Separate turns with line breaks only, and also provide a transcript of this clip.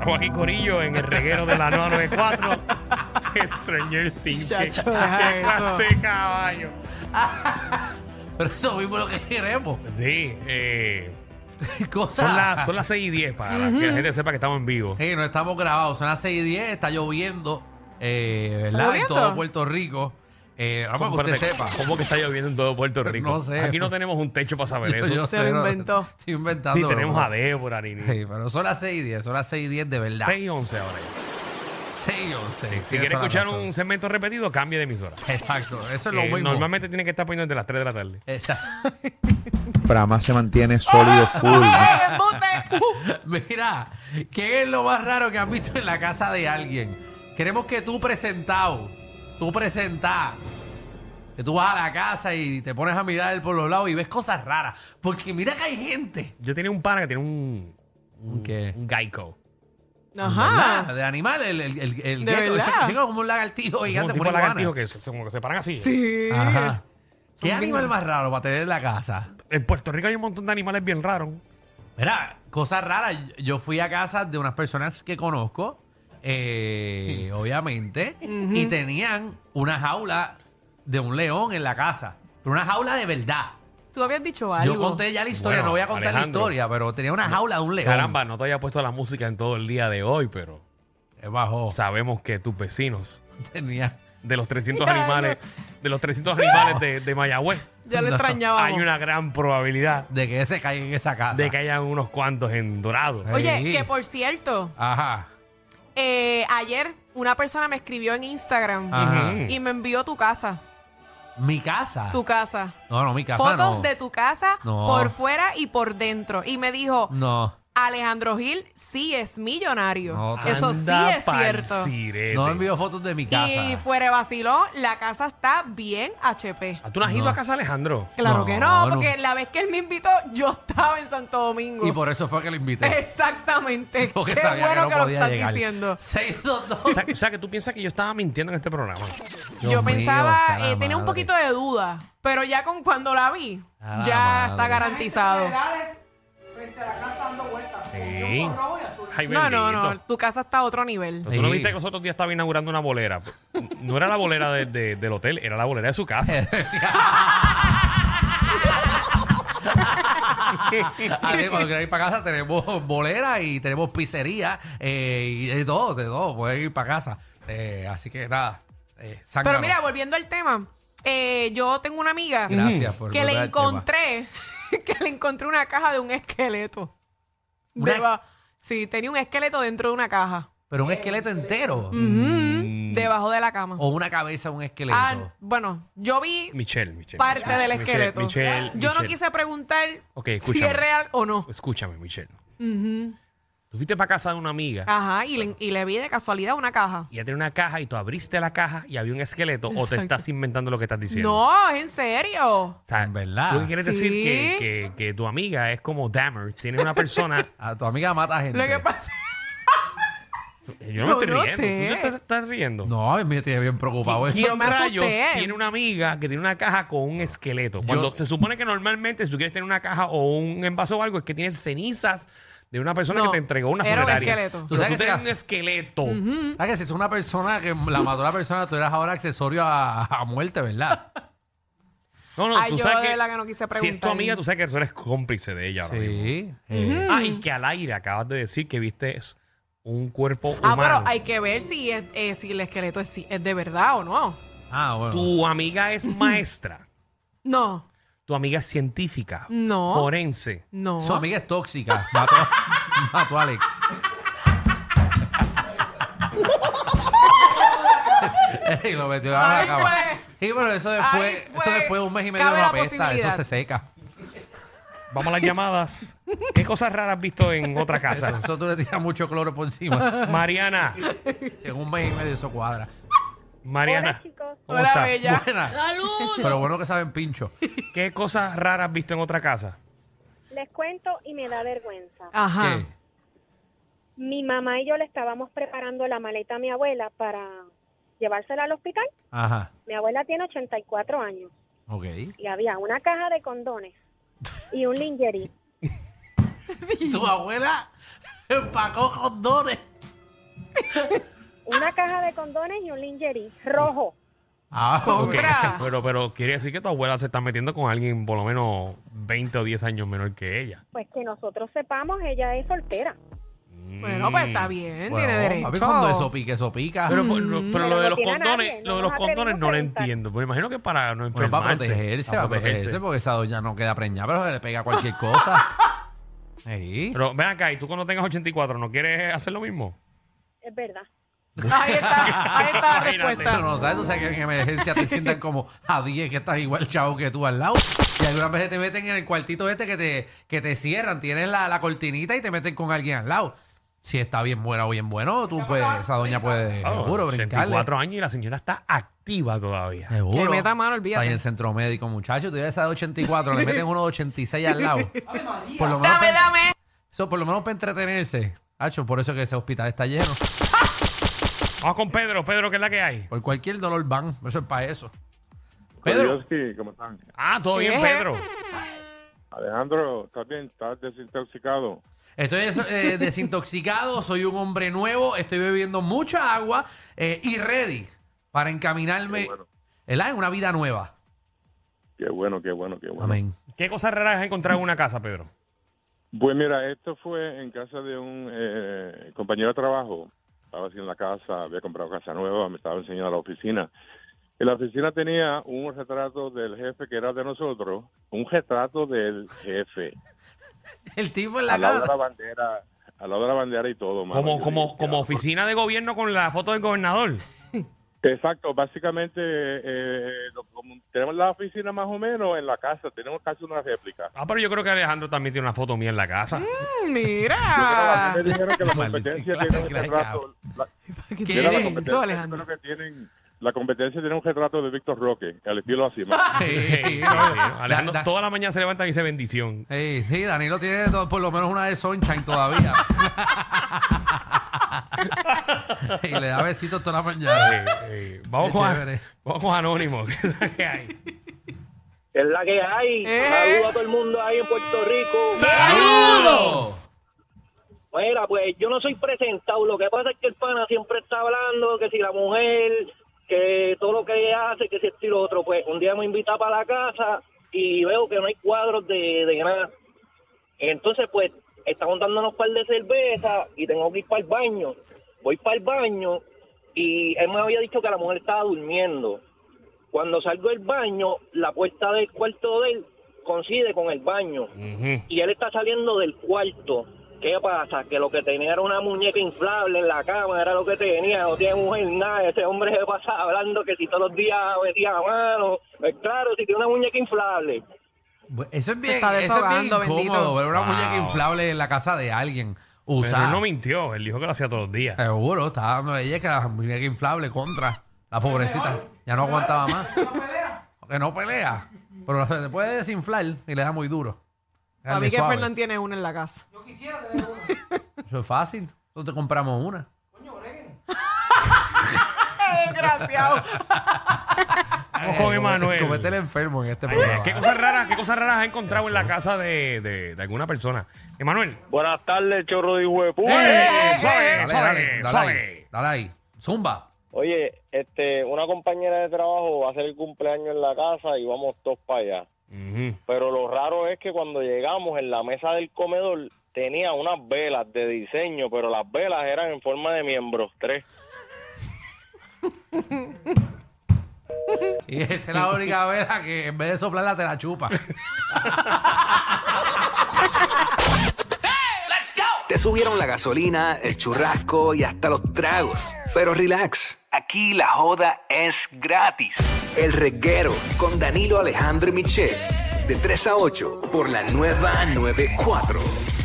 Estamos aquí, Corillo, en el reguero de la 994. Stranger Things.
Chacho,
¿Qué
deja eso.
clase de caballo?
Pero eso mismo es lo que queremos.
Sí, eh,
Cosas.
son, las, son las 6 y 10 para que la gente sepa que estamos en vivo.
Sí, no estamos grabados. Son las 6 y 10, está lloviendo, eh, ¿verdad?
¿Está
En
lloviendo?
todo Puerto Rico. Eh, vamos, que usted sepa.
Espérate, ¿Cómo que está lloviendo en todo Puerto Rico?
No sé.
Aquí no tenemos un techo para saber
Yo-
eso.
yo
Se lo
no,
inventó.
Estoy inventando.
Ni
bro.
tenemos a Débora, ni, ni
Sí, pero son las 6 y 10, son las 6 y 10 de verdad.
6 y 11 ahora.
6 o 6.
Si quiere escuchar un segmento repetido, cambie de emisora.
Exacto, eso es lo
Eh,
mismo.
normalmente tiene que estar poniendo desde las 3 de la tarde.
Exacto.
Prama se mantiene sólido full.
¡Eh, embute!
Mira, ¿qué es lo más raro que has visto en la casa de alguien? Queremos que tú presentado, tú presentá, que tú vas a la casa y te pones a mirar por los lados y ves cosas raras. Porque mira que hay gente.
Yo tenía un pana que tiene un,
¿Un qué?
un Geico.
Ajá.
¿Verdad? De animal, el, el, el, el
Ah. ¿De
gecko,
verdad?
ese- ese como un lagartijo
Es un
gigante,
tipo
como una
lagartijo
iguana.
que se, como que se paran así.
Sí.
Ajá. ¿Qué
Son
animal
bien-
más raro para tener en la casa?
En Puerto Rico hay un montón de animales bien raros.
Mira, cosas raras. Yo fui a casa de unas personas que conozco, eh, obviamente, y tenían una jaula de un león en la casa. Pero una jaula de verdad.
Tú habías dicho algo.
Yo conté ya la historia,
Bueno,
no voy a contar la
Alejandro.
historia, pero tenía una jaula de un león.
Eh, Caramba, no te había puesto la música en todo el día de hoy, pero
Eh,
Oh.
Bajó.
sabemos que tus vecinos,
Tenía.
de los 300
Mira,
animales, de los 300 animales de, de Mayagüez,
Ya lo
No.
extrañaba.
hay una gran probabilidad
De que se caiga en esa casa.
de que hayan unos cuantos en dorado.
Ay.
Oye,
Sí.
que por cierto,
Ajá.
eh, ayer una persona me escribió en Instagram
Ajá.
Ujú.
y me envió tu casa.
Mi casa.
Tu casa.
No, no, mi casa
Fotos
no.
de tu casa
No. Mm.
por fuera y por dentro. Y me dijo,
No.
Alejandro Gil sí es millonario.
No,
Eso sí
Anda
es
pa'l
cierto.
sirete.
No envió fotos de mi casa.
Y fuera de vacilón, la casa está bien HP.
¿Ah, ¿Tú no has ido
No.
a casa, Alejandro?
Claro
No,
que no,
no.
porque la vez que él me invitó, yo estaba en Santo Domingo.
Y por eso fue que lo invité.
Exactamente.
Porque
Qué
sabía
bueno
que
que,
no
lo
podía
estás
llegar.
diciendo.
622.
O sea, o sea, que tú piensas que yo estaba mintiendo en este programa.
Dios
yo
mío,
pensaba,
sana
eh, tenía un
madre.
poquito de duda, pero ya con cuando la vi,
Sana
ya
madre.
está garantizado.
Sí. Ay,
No, no,
bendito.
no, tu casa está a otro nivel.
Pero Tú no
Sí.
viste que los otros días estaba inaugurando una bolera. No era la bolera de- de- del hotel, era la bolera de su casa.
Así que cuando quieran ir para casa tenemos bolera y tenemos pizzería eh, y de todo, de todo, pueden ir para casa. Eh, así que nada, eh,
Pero
zángano.
mira, volviendo al tema, eh, yo tengo una amiga
gracias por
mm, que le
volver al
encontré, que le encontré una caja de un esqueleto.
Una-
Deba- sí, tenía un esqueleto dentro de una caja.
tema. Pero un esqueleto entero
Mm.
Mm.
Ujú, Debajo de la cama.
o una cabeza, un esqueleto.
Ah, bueno, yo vi
Michelle, Michelle.
parte
Michelle,
del
Michelle,
esqueleto.
Michelle,
yo no
Michelle.
quise preguntar
Ok,
si
escúchame.
es real o no.
Escúchame, Michelle.
Ujú. Ah.
Tú fuiste para casa de una amiga
Ajá, y le, y le vi de casualidad una caja.
y ella tenía una caja y tú abriste la caja y había un esqueleto o te
Exacto.
estás inventando lo que estás diciendo.
No, es en serio.
O sea,
En verdad.
Tú lo que quieres
Sí.
decir que, que- que tu amiga es como Dammer. Tiene una persona...
A tu amiga mata gente.
Lo que pasa
Yo no me
Yo
estoy
no
riendo.
sé.
¿Tú te estás, estás riendo?
No, a mí me tiene bien preocupado eso.
Yo
¿Quién
me asusté.
rayos tiene una amiga que tiene una caja con un esqueleto? Cuando se supone que normalmente si tú quieres tener una caja o un envase o algo es que tienes cenizas de una persona
No,
que te entregó una
era un
funeraria.
esqueleto.
Pero
Tú
Tú
sabes que
tienes
sea-
un esqueleto.
¿Sabes Ah, que si es una persona que la mató la persona, tú eras ahora accesorio a, a muerte, ¿verdad?
No, no,
Ay,
tú
yo
sabes
de
que,
verdad que no quise
Si es tu
preguntar. Mm.
amiga, tú sabes que tú eres cómplice de ella. ahora mismo.
Sí. Eh,
Ah, y que al aire acabas de decir que viste un cuerpo
Ah,
humano.
pero hay que ver si, es, eh, si el esqueleto es, si es de verdad o no.
Ah, bueno.
Tu amiga es maestra.
No,
Tu amiga es científica.
No.
Forense.
no.
Su amiga es tóxica. Mató, mató a Alex. y lo metió a la
Ay,
cama.
pues.
Y bueno, eso después,
Ay, pues.
eso después de un mes y medio
Cabe
no
la
apesta. Eso
posibilidad.
se seca.
Vamos a las llamadas. ¿Qué cosas raras has visto en otra
Eso,
casa?
eso tú le tiras mucho cloro por encima.
Mariana.
en un mes y medio eso cuadra.
Mariana. ¿cómo
Hola,
estás?
bella.
Buena. Pero bueno que saben pincho.
¿Qué cosas raras has visto en otra casa?
Les cuento y me da vergüenza.
Ajá.
¿Qué?
Mi mamá y yo le estábamos preparando la maleta a mi abuela para llevársela al hospital.
Ajá.
Mi abuela tiene 84 años
Ok.
y había una caja de condones y un lingerie.
tu abuela empacó condones.
Una caja de condones y un lingerie rojo.
Ah, ok.
Contra.
Pero, pero quiere decir que tu abuela se está metiendo con alguien por lo menos 20 o 10 años menor que ella.
Pues que nosotros sepamos, ella es soltera.
Bueno, pues
Mm,
está bien,
Bueno,
tiene derecho.
A ver cuando eso pica, eso pica.
Pero, por- lo- pero lo
Pero
de
Mm. no
los
tiene a nadie,
condones,
no
lo de los
nos
condones
atrevimos
no
a
lo
preguntar.
entiendo. Me imagino que para no
Bueno,
enfermarse.
para protegerse,
para
para protegerse,
protegerse.
porque esa doña no queda preñada, pero se le pega cualquier cosa. Ahí.
Pero ven acá, y tú cuando tengas 84, ¿no quieres hacer lo mismo?
Es verdad.
Ahí está, ahí está la
Imagínate.
Eso
respuesta.
no sabes, tú sabes que en emergencia te sientan como a 10 que estás igual chavo que tú al lado. Y algunas veces te meten en el cuartito este que te, que te cierran, tienes la, la cortinita y te meten con alguien al lado. Si está bien buena o bien bueno, tú puedes, esa doña puede
Claro,
Eh, seguro brincarle. Eh.
84 años Ah, Oh, y la señora está activa todavía.
Seguro.
Que meta mano,
Está
olvídate.
ahí en centro médico, muchacho. Tú ya esa de 84, le meten uno de 86 al lado. Por lo menos
Dame,
pa-
dame.
Eso por lo menos para entretenerse. Hacho, por eso que ese hospital está lleno.
Vamos con Pedro, Pedro, ¿qué es la que hay?
Por cualquier dolor van. Eso es para eso. Pedro.
Kodiowski, ¿cómo están?
Ah, todo bien,
Eh.
Pedro.
Alejandro, ¿estás bien? ¿Estás desintoxicado?
Estoy des- eh, desintoxicado, soy un hombre nuevo, estoy bebiendo mucha agua eh, y ready para encaminarme
Qué bueno.
¿verdad? en una vida nueva.
Qué bueno, qué bueno, qué bueno.
Amén.
¿Qué cosas raras has encontrado en una casa, Pedro?
Pues mira, esto fue en casa de un eh, compañero de trabajo. Estaba haciendo la casa, había comprado casa nueva, me estaba enseñando la oficina. En la oficina tenía un retrato del jefe que era de nosotros, un retrato del jefe.
El tipo en la
Al lado de
casa.
la bandera, al lado de la bandera y todo, mano.
Como,
Yo
como,
dije,
como
"Ya,
oficina de gobierno con la foto del gobernador.
Exacto, básicamente eh, lo- como tenemos la oficina más o menos en la casa, tenemos casi una réplica.
Ah, pero yo creo que Alejandro también tiene una foto mía en la casa.
Yo creo, a
Mira.
mí me dijeron que la
Ah. Maldita
competencia
clase,
tiene un
clase,
retrato, la,
¿Qué
¿Qué eres?
mira, la
tienes eso,
competencia,
Alejandro?
yo creo que tienen, la competencia tiene un retrato de Víctor Roque, al estilo así. ma.
Sí, sí,
Sí,
sí.
no.
Alejandro
Da- da-
toda la mañana se levanta y dice bendición.
Sí, sí, Danilo tiene to- por lo menos una de Sunshine todavía. y le da besitos toda la mañana.
Eh, eh, vamos,
Qué
con,
chévere.
vamos con Anónimo. ¿Qué es la que hay?
Es la que hay.
Eh.
Saludos a todo el mundo ahí en Puerto Rico.
¡Saludos!
Mira, pues yo no soy presentado. Lo que pasa es que el pana siempre está hablando que si la mujer, que todo lo que ella hace, que si esto y lo otro. Pues un día me invita para la casa y veo que no hay cuadros de, de nada. Entonces, pues, estamos dándonos un par de cerveza y tengo que ir para el baño. Voy para el baño y él me había dicho que la mujer estaba durmiendo. Cuando salgo del baño, la puerta del cuarto de él coincide con el baño
Ujú.
y él está saliendo del cuarto. ¿Qué pasa? Que lo que tenía era una muñeca inflable en la cama, era lo que tenía, no tiene mujer nada, ese hombre se pasa hablando que si todos los días metía a mano, Pues claro, si tiene una muñeca inflable.
Bu- Eso es bien,
está
eso es bien
desahogando, bendito.
incómodo ver una
Wow.
muñeca inflable en la casa de alguien.
Pero
Usar.
él no mintió, él dijo que lo hacía todos los días.
Seguro, estaba dándole ella que la muñeca inflable contra la pobrecita. Ya no aguantaba más. Que no pelea. Pero se le puede desinflar y le da muy duro.
A mí
Dale,
que
suave.
Fernán tiene una en la casa.
Eso es fácil. Nosotros te compramos una.
Desgraciado.
Vamos con Emanuel.
Comete el enfermo en Eh, este
Ay,
programa.
¿Qué cosas raras, qué cosas raras has encontrado en la casa de, de- de alguna persona? Emanuel.
Buenas tardes, chorro de huepu.
¡Eh!
Dale,
¡Suave,
dale,
suave,
dale ahí.
suave!
Dale ahí. Zumba.
Oye, este, una compañera de trabajo va a hacer el cumpleaños en la casa y vamos todos para allá.
Ujú.
Pero lo raro es que cuando llegamos en la mesa del comedor tenía unas velas de diseño, pero las velas eran en forma de miembros, tres.
Y esa es la única vela que en vez de soplarla te la chupa.
Te subieron la gasolina, el churrasco y hasta los tragos. Pero relax, aquí la joda es gratis. El reguero con Danilo Alejandro y Michel. De 3 a 8 por la nueva 94.